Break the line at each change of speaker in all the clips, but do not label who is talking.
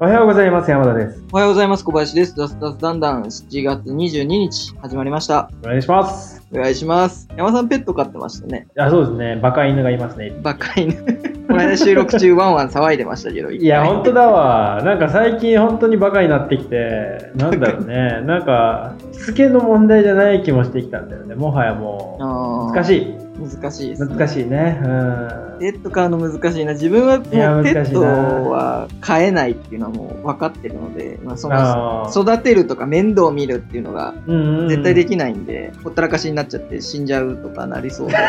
おはようございます。山田です。
おはようございます。小林です。ダスダスダンダン7月22日始まりました。
お願いします。
お願いします。山さんペット飼ってましたね。
あ、そうですね。バカ犬がいますね。
バ カ犬。この間収録中ワンワン騒いでましたけど。
いや、本当
だ。
だわ。なんか最近本当にバカになってきて、なんだろう ね。なんか、しつけの問題じゃない気もしてきたんだよね。もはやもう。
あ
難
難し
しい。
い。難しいです、ね。
難しいね。うん。
ペット飼うの難しいな。自分はもういペ
や難しいな
ットは飼えないっていうのはもう分かってるので、まあ、その
あー
育てるとか面倒見るっていうのが
うんうん
絶対できないんで、ほったらかしになっちゃって死んじゃうとかなりそうで、ちょっ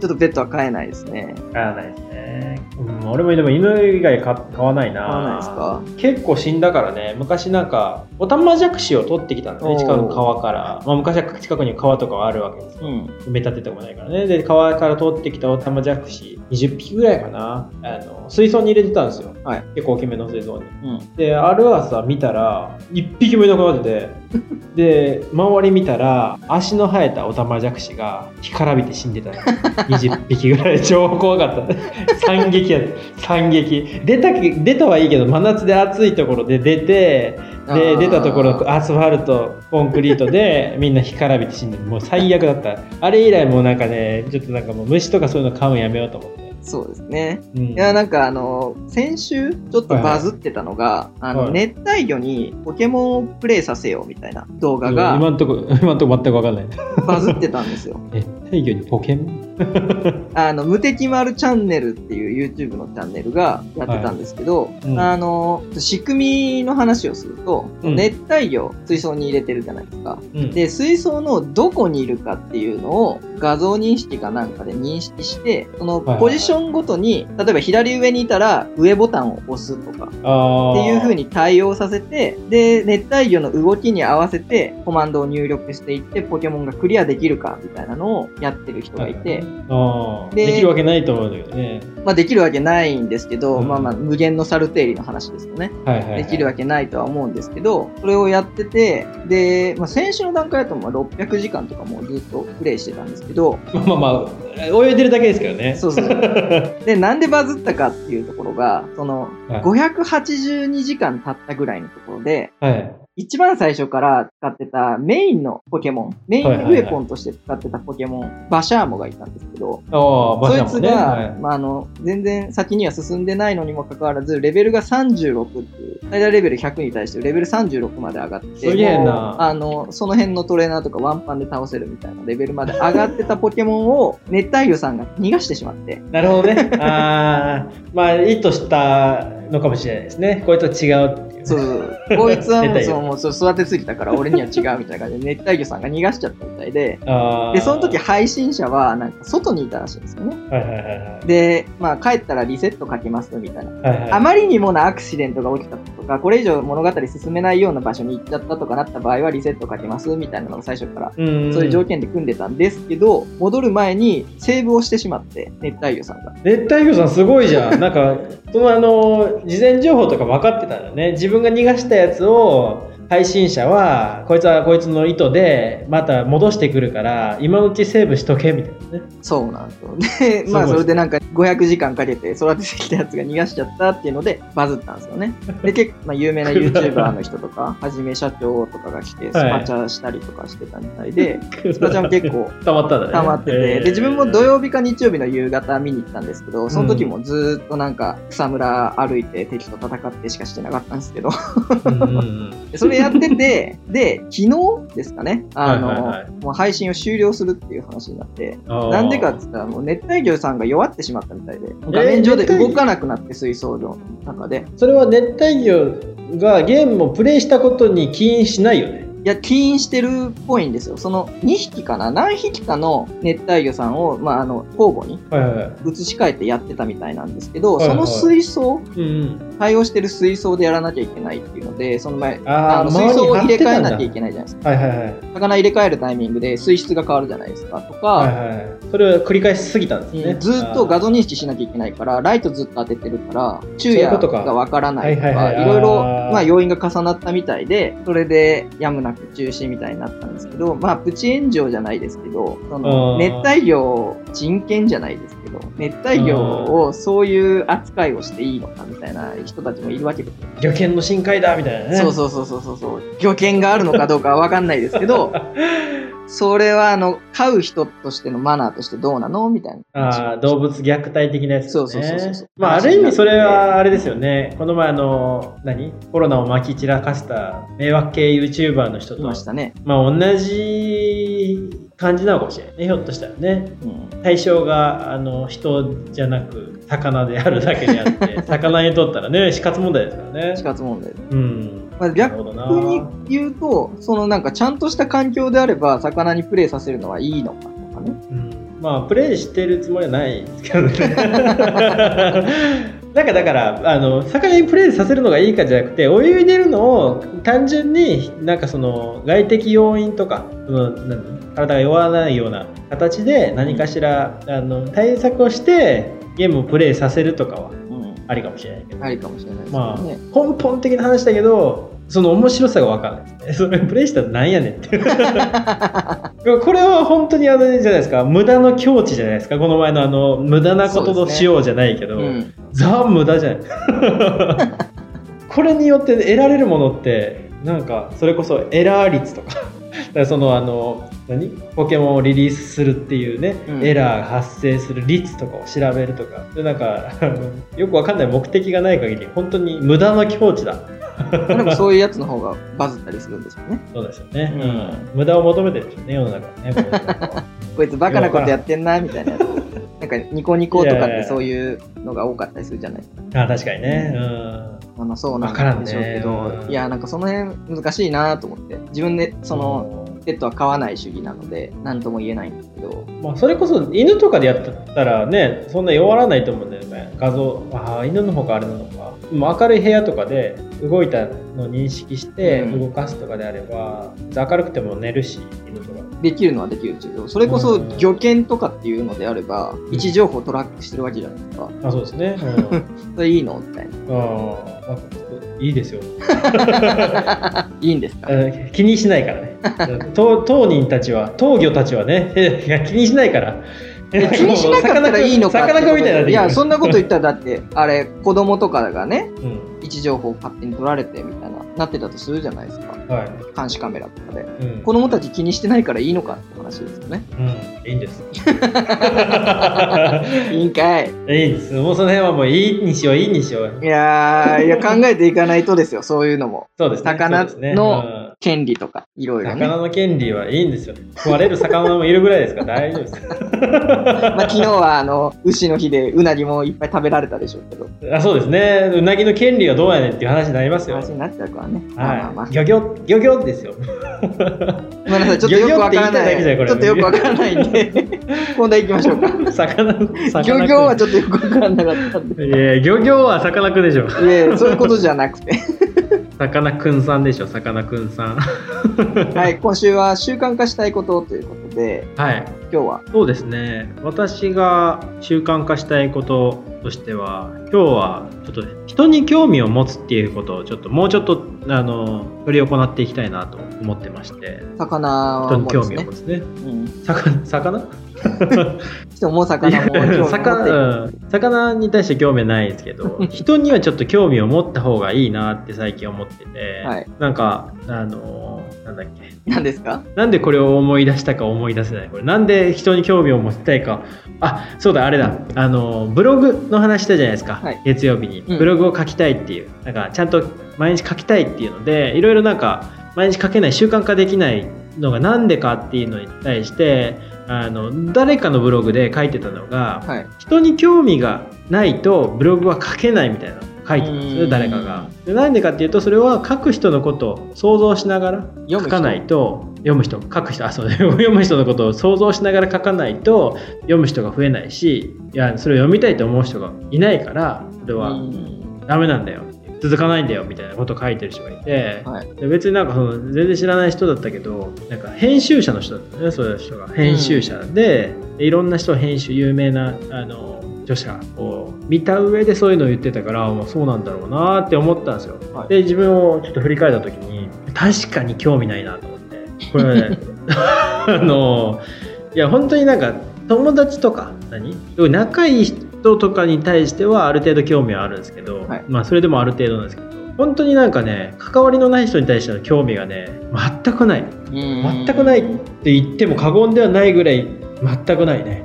とペットは飼えないですね。
飼わないですね。うん、俺もでも犬以外飼飼わないな。
飼わないですか
結構死んだからね、昔なんか、オタマジャクシを取ってきたんだね、
おー
近くの川から。まあ昔は近くに川とかはあるわけですよ。
うん。
埋め立ててもないからね。で、川から取ってきたオタマジャクシ、20匹ぐらいかな。あの、水槽に入れてたんですよ。
はい
結構大きめの水槽に。
うん。
で、ある朝見たら、1匹もいなくなってて、で、周り見たら、足の生えたオタマジャクシが、干からびて死んでたの。20匹ぐらい、超怖かった。 惨劇やで、惨劇。出たけ、出たはいいけど、真夏で暑いところで出て、
あ
で、
ー
出たところ、アスファルト、コンクリートで、みんな干からびて死んでる。もう最悪だった。あれ以来もうなんかね、ちょっとなんかもう虫とかそういうの買うのやめようと思って。
そうですね。
うん、
いや、なんかあの、先週、ちょっとバズってたのが、あの、
はい
熱帯魚にポケモンをプレイさせようみたいな動画が
今んとこ、 今んとこ全くわかんない。
バズってたんですよ。
え、太陽にポケモン
あの、無敵丸チャンネルっていう YouTube のチャンネルがやってたんですけど、
うん
あの、仕組みの話をすると、
うん
熱帯魚、水槽に入れてるじゃないですか。
うん
で、水槽のどこにいるかっていうのを画像認識かなんかで認識して、その
はいはい
ポジションごとに、例えば左上にいたら上ボタンを押すとか、
あ
っ
ー
ていう風に対応させて、で、熱帯魚の動きに合わせてコマンドを入力していって、ポケモンがクリアできるかみたいなのをやってる人がいて、
あー
で
できるわけないと思うんだけどね。
まあできるわけないんですけど、
うん
まあまあ無限のサルテーリの話ですよね。
はいはい、はい。
できるわけないとは思うんですけど、それをやってて、で、まあ先週の段階だとまあ600時間とかもうずっとプレイしてたんですけど、
まあまあまあ、泳いでるだけですけどね。
そ うそうそう。で、なんでバズったかっていうところが、その
はい
582時間経ったぐらいのところで、
はい。
一番最初から使ってたメインのポケモン、メイン
はいはいは
ウ
い
ェポンとして使ってたポケモン、バシャーモがいたんですけど、
ああ、馬
そ
車
い
も
つ
ね。
が、
はい、
まあ、あの全然先には進んでないのにもかかわらず、レベルが36っていう、最大レベル100に対してレベル36まで上がって、
すげえな
もうあのその辺のトレーナーとかワンパンで倒せるみたいなレベルまで上がってたポケモンを熱帯魚さんが逃がしてしまって、
なるほど ね。ああ、まあ、意図したのかもしれないですね。これと違うっていう。
そう
う。
そうそうこいつはも
熱帯
う
魚
そのもうそう育てすぎたから俺には違うみたいな感じで、熱帯魚さんが逃がしちゃったみたいで、
ああ。
で、その時、配信者は、なんか、外にいたらしいんですよね。
はいはいはいはい。
で、まあ、帰ったらリセットかけます、みたいな。
はいはい、
あまりにもなアクシデントが起きたとか、これ以上物語進めないような場所に行っちゃったとかなった場合は、リセットかけます、みたいなのを最初から、
うん
そういう条件で組んでたんですけど、戻る前にセーブをしてしまって、熱帯魚さんが。
熱帯魚さんすごいじゃんなんかそのあの事前情報とか分かってたんだよね自分が逃がしたやつを配信者はこいつはこいつの意図でまた戻してくるから今のうちセーブしとけみたいなね
そうなんですよ。で、まあ、
すごい
それでなんか、500時間かけて育ててきたやつが逃がしちゃったっていうので、バズったんですよね。で、結構、まあ、有名な YouTuber の人とか、はじめ社長とかが来て、スパチャしたりとかしてたみた いで、スパチャも結構
溜まったんだね
溜まってて、
えー
で、自分も土曜日か日曜日の夕方見に行ったんですけど、その時もずーっとなんか、草むら歩いて敵と戦ってしかしてなかったんですけど、
うんうんうん
でそれやってて、で、昨日ですかね、あの、
はいはいは
もう配信を終了するっていう話になって、
あー
なんでかって言ったら、もう熱帯魚さんが弱ってしまったみたいで、画面上で
熱帯魚
動かなくなって、水槽の中で。
それは熱帯魚がゲームをプレイしたことに起因しないよね
いや、起因してるっぽいんですよ。その2匹かな何匹かの熱帯魚さんを、まあ、あの、交互に
はいはいはい
移し替えてやってたみたいなんですけど、
はいはい
その水槽、
うんうん
対応してる水槽でやらなきゃいけないっていうので、その前、
あ
あ
あ
の水槽を入れ替えなきゃい
け
けないじゃないですか。
ないはいはいはい
魚入れ替えるタイミングで水質が変わるじゃないですか。とか、
はいはいそれを繰り返しすぎたんですね、
ずーっと画像認識しなきゃいけないから、ライトずっと当ててるから、昼夜
そういうことか
がわからないと
はいは
か、
いはい
いろいろ、
あー
まあ要因が重なったみたいで、それでやむなく中止みたいになったんですけど、まあプチ炎上じゃないですけど、その
あ
熱
ー
帯魚人権じゃないですけけど、熱帯魚をそういう扱いをしていいのかみたいな人たちもいるわけですよ。
漁犬の深海だみたいなね。
そうそうそうそうそうそう。漁犬があるのかどうかはわかんないですけど、それはあの、飼う人としてのマナーとしてどうなのみたいな。
ああ、動物虐待的なやつ、ね。
そうそうそうそうそう
まあ、ある意味それはあれですよね。この前あの、何コロナをまき散らかした迷惑系 YouTuber の人と、
いましたね。
まあ同じ感じなのかもしれないね。ひょっとしたらね。
うん。
対象があの人じゃなく魚であるだけであって 魚にとったらね死活問題ですからね
死活問題。
うん
まあ、
な
逆
るほどな
逆に言うと、そのなんかちゃんとした環境であれば、魚にプレイさせるのはいいのかとかね。
うんまあプレイしてるつもりはないですけどね なんかだからあの魚にプレイさせるのがいいかじゃなくて泳いでるのを単純になんかその外的要因とかその何体が弱らないような形で何かしらあの対策をしてゲームをプレイさせるとかは
うん。
ありかもしれないけど、
ありかもしれないですけ
ま
ど
あ、
ね。
根本的な話だけど、その面白さが分かんないですね。それプレイしたらなんやねん って。これは本当にあの、じゃないですか、無駄の境地じゃないですか。この前のあの、無駄なこと
そ
の
うですね
しようじゃないけど、
うん。
ザ・無駄じゃない。 これによって得られるものって、なんか、それこそエラー率とか。 だからそのあの何ポケモンをリリースするっていうね、
うん
エラーが発生する率とかを調べるとかでなんか あのよくわかんない目的がない限り本当に無駄な境地だ
なんかそういうやつの方がバズったりするんですよね。
そうですよね、
うん
うん無駄を求めてるんでしょうね世の中はねこういう のは
こいつバカなことやってんな、みたい なやつ。なんかニコニコとかってそういうのが多かったりするじゃないですか。
あ確かにねうん
まあまあそうな
わからんね
んでしょうけど、
うん
いや、なんかその辺難しいなと思って。自分でそのペットは飼わない主義なので、なんとも言えないんですけど、
まあ、それこそ犬とかでやったらねそんな弱らないと思うんだよね画像ああ犬の方があれなのかもう明るい部屋とかで動いたのを認識して
うん
動かすとかであれば、明るくても寝るし犬とか
できるのはできるんですけど、それこそ
うん
漁犬とかっていうのであれば、位置情報をトラックしてるわけじゃないですか。
あそうですね、うん
それいいのみたいな。
ああいいですよ
いいんですか、
えー気にしないからね 当当人たちは当魚たちはね えーいや気にしないから気
気にしなかったらいいのかって
魚子みたいになってくる
いや、そんなこと言ったらだって、あれ、子供とかがね、
うん
位置情報を勝手に取られてみたいな、なってたとするじゃないですか。
はい、
監視カメラとかで。
うん
子供たち気にしてないからいいのかって話ですよね。
うん、いいんです
いいんかい。
いいです。もうその辺はもういいにしよう、いいにしよう
い。や ー、いや考えていかないとですよ、そういうのも。
そうですね。
魚の
そうですねうん
権利とか、いろいろね。
魚の権利はいいんですよ。食われる魚もいるぐらいです から大丈夫です。
まあ、昨日はあの牛の日でうなぎもいっぱい食べられたでしょうけど
あそうですね。うなぎの権利はどうやねんっていう話になりますよ。
話
はい。
になっちゃうからね、まあまあまあ
漁業、漁業です よ。
ごめんなさいちょっとよくわ
漁業って
からな
言いたいだ
い
けじゃんこれ
ちょっとよくわからないんで本題行きまし ょうか
魚の、魚
漁業はちょっとよくわからなかったんで
いや漁業はさかなクンでしょ。
いやいやそういうことじゃなくて
さかなクンさんでしょ、さかなクンさん。
はい今週は習慣化したいことということで
はい。
今日は
そうですね私が習慣化したいこととしては今日はちょっと人に興味を持つっていうことをちょっともうちょっとあの取り行っていきたいなと思ってまして
魚
人
を
に
持
興
つ
味を
ね
持つね
う
魚
ん
魚
人も魚も興味を持って
魚うん魚に対して興味はないですけ ど人にはちょっと興味を持った方がいいなって最近思ってて、
はい
なんかあのなんだっけ
何ですか
なんでこれを思い出したか思い出せないこれなんで人に興味を持ちたいかあそうだあれだあのブログの話したじゃないですか、
はい
月曜日に
うん
ブログを書きたいっていう、なんかちゃんと毎日書きたいっていうのでいろいろなんか毎日書けない習慣化できないのがなんでかっていうのに対してあの誰かのブログで書いてたのが、
はい
人に興味がないとブログは書けないみたいなの書いてたんです
う
よ
ん
誰かが。でなんでかっていうとそれは書く人のことを想像しながら
読む
書
人
かないと読む人書く人あそうね 読む人のことを想像しながら書かないと読む人が増えないしいやそれを読みたいと思う人がいないからそれ
う
は
ん
ダメなんだよ続かないんだよみたいなことを書いてる人がいて、
はい
で別になんかその全然知らない人だったけどなんか編集者の人だったねそういう人が編集者で,、でいろんな人を編集有名なあの著者を見た上でそういうのを言ってたからもうそうなんだろうなって思ったんですよ、
はい
で自分をちょっと振り返った時に確かに 興味ないなと思ってこれあのいや本当になんか友達とか何仲いい人とかに対してはある程度興味はあるんですけど、
はい
まあそれでもある程度なんですけど本当になんかね関わりのない人に対しての興味がね全くない全くないって言っても過言ではないぐらい全くない ね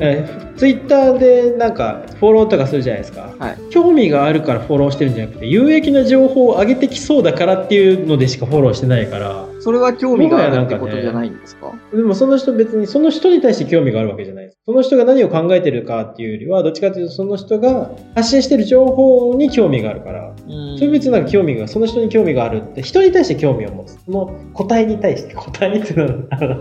えツイッターでなんかフォローとかするじゃないですか、
はい
興味があるからフォローしてるんじゃなくて有益な情報を上げてきそうだからっていうのでしかフォローしてないから
それは興味があるってことじゃないんですか
でもその人別にその人に対して興味があるわけじゃないその人が何を考えてるかっていうよりはどっちかというとその人が発信してる情報に興味があるからそれ別になんか興味がその人に興味があるって人に対して興味を持つその答えに対して答えにってなんだろう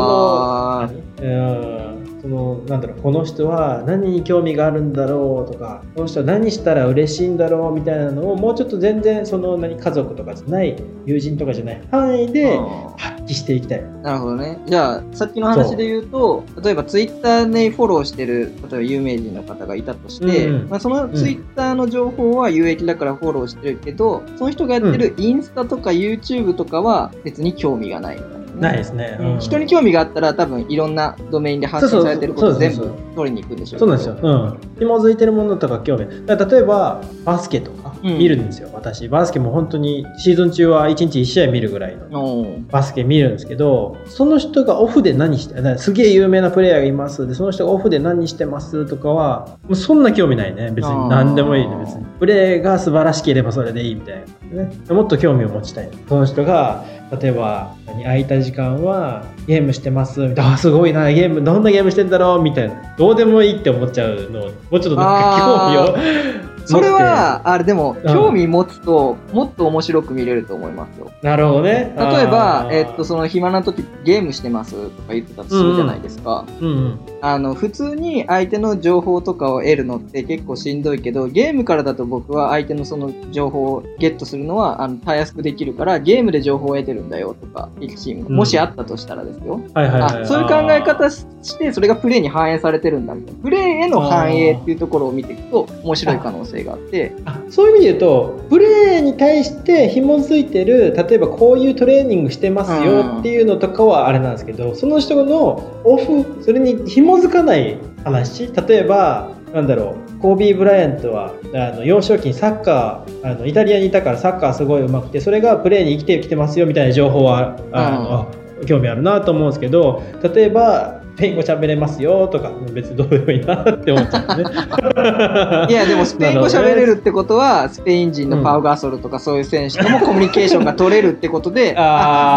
あー
うんそのなんだろうこの人は何に興味があるんだろうとかこの人は何したら嬉しいんだろうみたいなのをもうちょっと全然その何家族とかじゃない友人とかじゃない範囲で
あ
発揮していきたい
ーなるほどねじゃあさっきの話で言うと例えばツイッターでフォローしてる例えば有名人の方がいたとして、
うんうん
まあ、そのツイッターの情報は有益だからフォローしてるけどその人がやってるインスタとか YouTube とかは別に興味がないみたいなね、
ないですね、うん
人に興味があったら多分いろんなドメインで発信されてることを全部取りに行くんでしょ
そうなんですよ、うん、紐づいてるものとか興味だから例えばバスケとか
うん
見るんですよ、私バスケも本当にシーズン中は1日1試合見るぐらいの
おー
バスケ見るんですけどその人がオフで何してだからすげえ有名なプレイヤーがいますでその人がオフで何してますとかはもうそんな興味ないね別
あー
に何でもいいね別にプレーが素晴らしければそれでいいみたいな、ね、もっと興味を持ちたいその人が例えば何空いた時間はゲームしてますみたいなあーすごいなゲームどんなゲームしてんだろうみたいなどうでもいいって思っちゃうのをもうちょっとなんか興味を持って
それはあれでも
うん
興味持つともっと面白く見れると思いますよ
なるほどね
例えば
あ、ー
えっと、その暇な時ゲームしてますとか言ってたとするじゃないですか、
うんうん
あの普通に相手の情報とかを得るのって結構しんどいけどゲームからだと僕は相手のその情報をゲットするのはあのたやすくできるからゲームで情報を得てるんだよとか一チームが
うん
もしあったとしたらですよ、
はいはいはい
あそういう考え方ししてそれがプレーに反映されてるんだみたいなプレーへの反映っていうところを見ていくと面白い可能性があって
あそういう意味で言うとプレーに対して紐づいてる例えばこういうトレーニングしてます
うん
よっていうのとかはあれなんですけどその人のオフそれに紐づかない話例えばなんだろうコービー・ブライアントはあの幼少期にサッカーあのイタリアにいたからサッカーすごい上手くてそれがプレーに生きてきてますよみたいな情報はあの、あ興味あるなと思うんですけど例えばスペイン語喋れますよとか別にどうでもいいなって思っちゃうね
いやで もスペイン語喋れるってことはスペイン人のパウ・ガソルとかそういう選手ともコミュニケーションが取れるってことで あ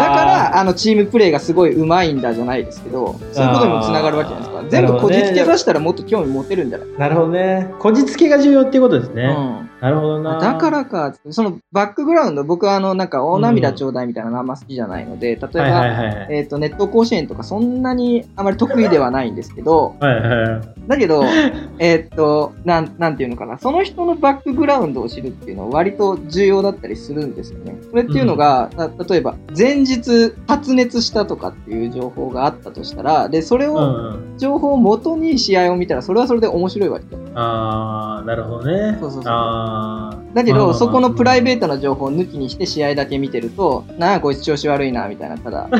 あー
だからあのチームプレーがすごい上手いんだじゃないですけどそういうことにもつながるわけじゃないです
あ
か
ー
全部
なる
こ
ほど
じ
ね
つけさせたらもっと興味持てるんじゃない、
なるほどね。こじつけが重要っていうことですね。
うん
なるほどな。
だからかそのバックグラウンド僕はあのなんかお涙ちょうだいみたいなのあんま好きじゃないので例えば、
はいはいはいはい。
えー、とネット甲子園とかそんなにあまり得意ではないんですけど
はいはいはい。
だけど えーっとなんなんていうのかなその人のバックグラウンドを知るっていうのは割と重要だったりするんですよね。それっていうのが、た例えば前日発熱したとかっていう情報があったとしたらでそれ
う
を
んうん。
情報を元に試合を見たらそれはそれで面白いわけだ
ああ、なるほどね。
そうそうそう
あー
だけ
まあまあま
ど
あ
そこのプライベートな情報を抜きにして試合だけ見てるとなんやこいつ調子悪いなみたいなただた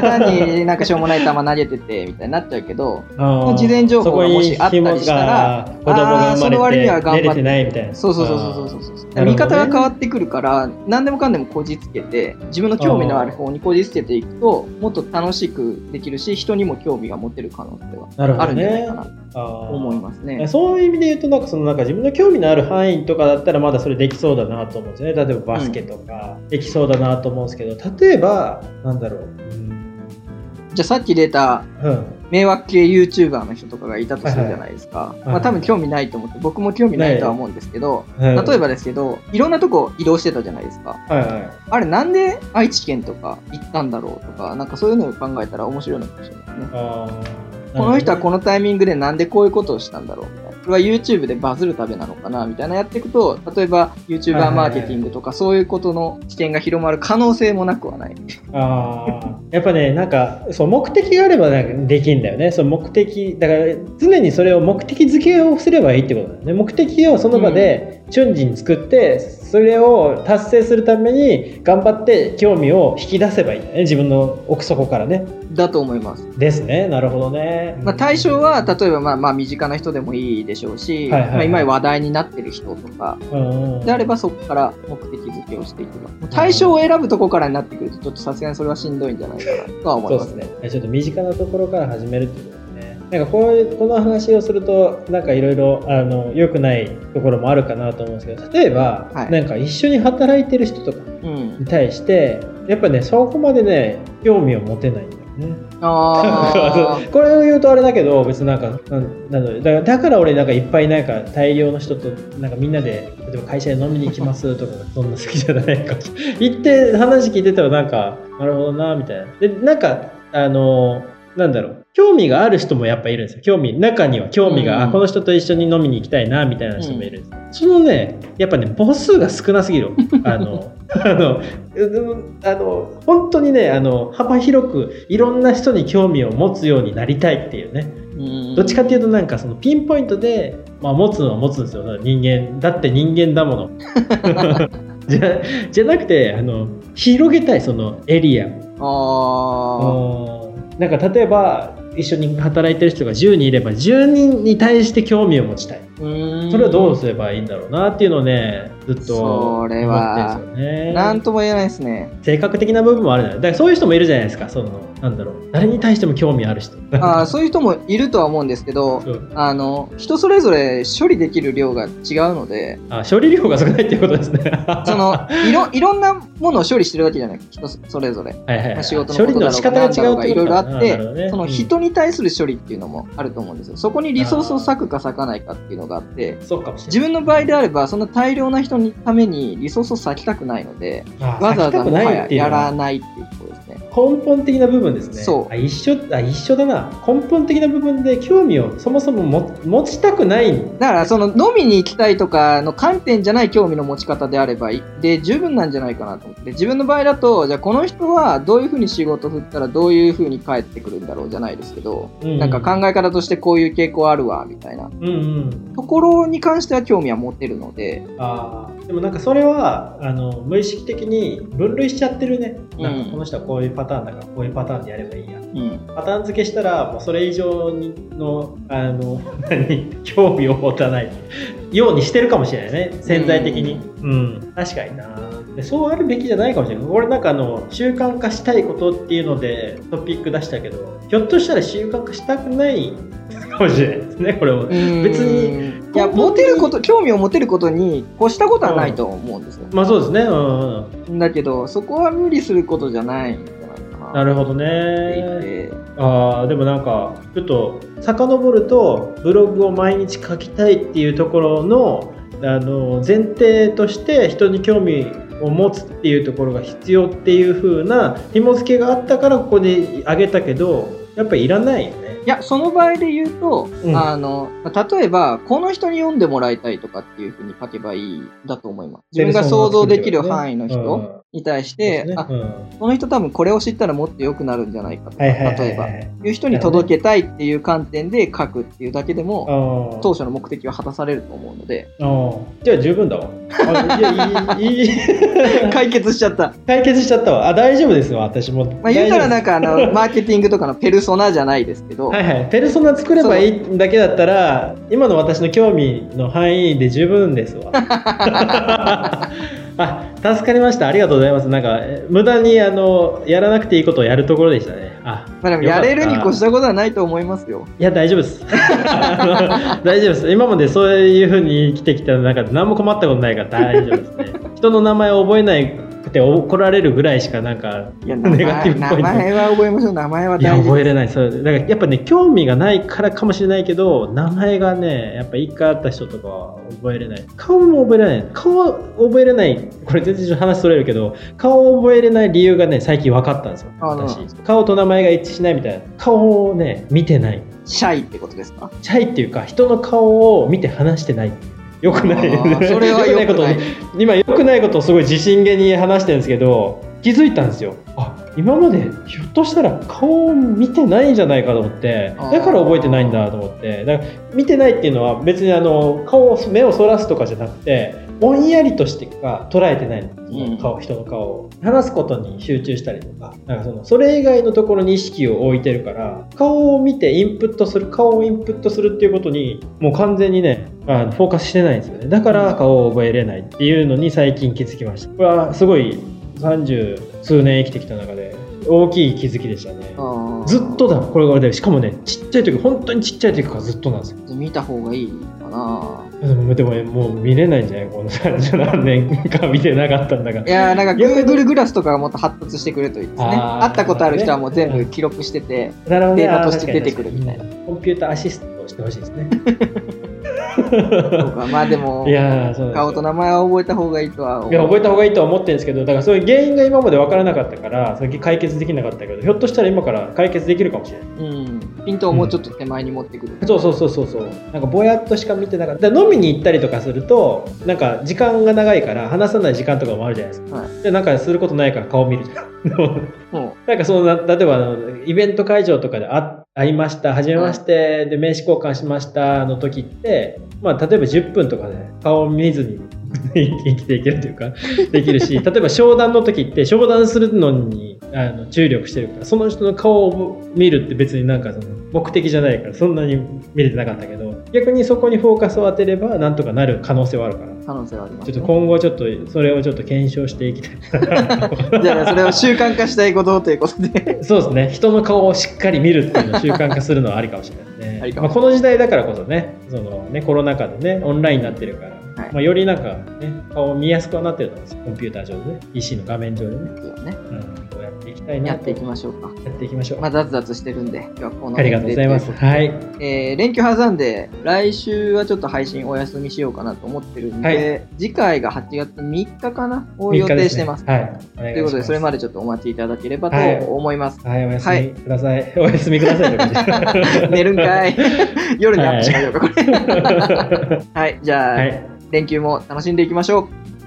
だ単になんかしょうもない球投げててみたいになっちゃうけど
あー
事前情報がもしあったりしたら
そこに紐が子供が生
あーその
まれ
割に
て
は頑張って
寝れてないみたいな。
そうそうそうそうそう
う。
そうそう、
なる
見
ほどね
方が変わってくるから何でもかんでもこじつけて自分の興味のある方にこじつけていくともっと楽しくできるし人にも興味が持てる可能性は
なるほ
あ
ど
るんじゃない
ね
か。なと
あー
思いますね。
そういう意味で言うとなんかそのなんか自分の興味のある範囲とかだったらまだそれできそうだなと思うんですよね例えばバスケとかできそうだなと思うんですけど例えばなんだろう、うん
じゃあさっき出た
うん、
迷惑系 YouTuber の人とかがいたとするじゃないですか、
い
まあ、多分興味ないと思って僕も興味ないとは思うんですけど、
例
例えばですけどいろんなとこ移動してたじゃないですか
ば、はいはい、
あれなんで愛知県とか行ったんだろうとかなんかそういうのを考えたら面白いのかもしれないですね。
あー
この人はこのタイミングでなんでこういうことをしたんだろうみたいな。これは YouTube でバズるためなのかなみたいなやっていくと、例えば YouTuber マーケティングとかそういうことの知見が広まる可能性もなくはない。
あーやっぱねなんかそう目的があればなんかできんだよねその目的だから常にそれを目的付けをすればいいってことだよね目的をその場で瞬時に作ってそれを達成するために頑張って興味を引き出せばいいんだね自分の奥底からね
だと思います。
ですねなるほどね、
まあ、対象は例えばまあまあ身近な人でもいいでしょうし、
はいはいはい
まあ、今話題になってる人とか
うんうん
であればそこから目的づけをしていけばもう対象を選ぶとこからになってくるとちょっとさすがにそれはしんどいんじゃないかなとは思
そ
いうま
ですすね。ちょっと身近なところから始めるってことですね。なんかこういうこの話をするとなんかいろいろあの良くないところもあるかなと思うんですけど、例えば、
はい
なんか一緒に働いてる人とか
うん
に対してやっぱねそこまでね興味を持てないんだよね。
あー
これを言うとあれだけど別になんかなんなんだろうだからだから俺なんかいっぱいなんか大量の人となんかみんなで例えば会社で飲みに行きますとかそんな好きじゃないか 行って話聞いてたらなんかなるほどなみたいなでなんかあのなんだろう興味がある人もやっぱいるんですよ興味中には興味が、
うん
あこの人と一緒に飲みに行きたいなみたいな人もいるんです、そのねやっぱね母数が少なす ぎるあのあのうんあの本当にねあの幅広くいろんな人に興味を持つようになりたいっていうね
うん
どっちかっていうとなんかそのピンポイントで、まあ、持つのは持つんですよ人間だって人間だもの じゃじゃなくてあの広げたいそのエリアをう
あ
んなんか例えば一緒に働いてる人が10人いれば10人に対して興味を持ちたい
ーうん
それはどうすればいいんだろうなっていうのをねずっと思
そ
ってる
れ
ん
は
ですよね。
なんとも言えないですね
性格的な部分もあるじゃないだからそういう人もいるじゃないですかそのなんだろう誰に対しても興味ある人
あーそういう人もいるとは思うんですけど
そう
あの人それぞれ処理できる量が違うので
あ処理量が少ないっていうことですね
そのいろいろんなものを処理してるわけじゃない人それぞれ
はいはい
ま
は
あ
い
仕事
処
の
理
こと
の
だ
仕
ろ
方が
う
違うっ
がなんだろうが
てこ
いろい
と
ろ
か
あって
なるほどね
その人に対する処理っていうのもあると思うんですよそこにリソースを割くか割かないかっていうのがあって
うんそうかもしれない
自分の場合であればそんな大量な人のためにリソースを割きたくないので
あ
わざ
避
わざ
けたく
もは
ない
や
っていう
や
のは
らないっていうことですね
根本的な部分ですね
そう
あ一緒あ一緒だな根本的な部分で興味をそもそもも持ちたくない
だからその飲みに行きたいとかの観点じゃない興味の持ち方であればいで十分なんじゃないかなと思って自分の場合だとじゃあこの人はどういうふうに仕事振ったらどういうふうに帰ってくるんだろうじゃないですけど、
うん
なんか考え方としてこういう傾向あるわみたいな
うんうん
ところに関しては興味は持てるので
あーでもなんかそれはあの無意識的に分類しちゃってるねなんかこの人はこういうパターンだからこういうパターンでやればいいや
うん
パターン付けしたらもうそれ以上にのあの 何興味を持たないようにしてるかもしれないね潜在的にうん、確かになでそうあるべきじゃないかもしれない俺なんかあの習慣化したいことっていうのでトピック出したけどひょっとしたら習慣化したくないかもしれないですねこれも別に
いや持てること興味を持てることに越したことはないと思うんですよ、
まあそうですねうんうんうん
だけどそこは無理することじゃないんじゃないか
な
な
るほど
って言っ
ね
て
あーでもなんかちょっと遡るとブログを毎日書きたいっていうところのあの前提として人に興味を持つっていうところが必要っていう風な紐付けがあったからここに挙げたけどやっぱりいらないよね。
いや、その場合で言うと、
うん
あの、例えば、この人に読んでもらいたいとかっていうふうに書けばいいだと思います。自分が想像できる範囲の人に対して、
うん
あ、
うん
この人多分これを知ったらもっと良くなるんじゃないかとか、
はいはいはいはい
例えば、いう人に届けたいっていう観点で書くっていうだけでも、
あー
当初の目的は果たされると思うので、
あーじゃあ十分だわ。あいやい いいい
解決しちゃった。
解決しちゃったわ。あ大丈夫ですわ私も。
まあ、言うたらなん
か
か、あ の、マーケティングとかのペルソナじゃないですけど、
はいはい、ペルソナ作ればいいだけだったら今の私の興味の範囲で十分ですわあ助かりましたありがとうございますなんかえ無駄にあのやらなくていいことをやるところでしたねあ
まあでもやれるに越したことはないと思いますよ。
いや大丈夫です あの大丈夫です今までそういうふうに生きてきた中で何も困ったことないから大丈夫ですね人の名前を覚えないくて怒られるぐらいしかなんか
いや、名
ネガティ
前
ブっぽ
名
い
前は覚えましょう。名前はい
や
大事
覚えれないそうだからやっぱね興味がないからかもしれないけど名前がねやっぱ一回あった人とかは覚えれない顔も覚えれない顔は覚えれないこれ全然話それるけど顔を覚えれない理由がね最近分かったんですよ
あ
私顔と名前が一致しないみたいな顔をね見てない
シャイってことですか
チャイっていうか人の顔を見て話してないよくないよ
あー
ね
それは
良
よくない
こと今よくないことをすごい自信げに話してるんですけど気づいたんですよあ今までひょっとしたら顔を見てないんじゃないかと思って
あー
だから覚えてないんだと思ってだから見てないっていうのは別にあの顔を目をそらすとかじゃなくてぼんやりとしてか捉えてないのその顔、人の顔を話すことに集中したりとかなんかそのそれ以外のところに意識を置いてるから顔を見てインプットする顔をインプットするっていうことにもう完全にねあのフォーカスしてないんですよねだから顔を覚えれないっていうのに最近気づきましたこれはすごい30数年生きてきた中で大きい気づきでしたね
あー
ずっとだこれがでしかもねちっちゃい時本当にちっちゃい時からずっとなんですよ
見た方がいいかな
でもでももう見れないんじゃないこの30何年か見てなかったんだから
いやーなんか
逆に
Google グラスとかがもっと発達してくるといいですね
あー
会ったことある人はもう全部記録してて
なるほどね
データと
あ
して出てくるみたいな
確かにコンピューターアシストをしてほしいですね
とかまあでも
いやーそうなんですよ
顔と名前は覚えた方がいいとは思う
いや覚えた方がいいとは思ってるんですけどだからそういう原因が今まで分からなかったからそれ解決できなかったけどひょっとしたら今から解決できるかもしれない
うんピントをもうちょっと手前に持ってくる、
そうそうそうそうそうなんかぼやっとしか見てなかっただから飲みに行ったりとかするとなんか時間が長いから話さない時間とかもあるじゃないですか、
は
でなんかすることないから顔見るじゃんでも
も
なんかそのな例えばあのイベント会場とかであ会いました初めまして、で名刺交換しましたの時って、まあ、例えば10分とかで顔を見ずに 生きていけるという かできるし例えば商談の時って商談するのにあの注力してるからその人の顔を見るって別になんかその目的じゃないからそんなに見れてなかったけど逆にそこにフォーカスを当てればなんとかなる可能性はあるから。
う可能性はあります、
ちょ
ね、
っと今後ちょっとそれをちょっと検証していきたい
じゃあそれを習慣化したいことということ で
そうですね人の顔をしっかり見るっていうのを習慣化するのはありかもしれないです
あ
ね
りか
ま
も
あ、この時代だからこそねそのねコロナ禍でねオンラインになってるから、
はい
まあ、よりなんか、ね、顔を見やすくはなってると思うんですよコンピューター上でね PC の画面上でね、
ね
うん、こうやっていきたい
や
な
っ
と
ていき
や
ましょうか
っていきましょう、
まあ、ザツザツしてるんで、今日はこの
ありがとうございますはい
す。えー連休挟んで、来週はちょっと配信お休みしようかなと思ってるんで、
はい
次回が8月3日かなを
3
予
日です
定し
ね
てます。
はいお願いします
ということで、それまでちょっとお待ちいただければと
はい
思います。
はいお
は
休
い
みください、お休みくださいって感じ
寝るんかい夜にアップしましょうか、これ。はい、じゃあ、
はい
連休も楽しんでいきましょう。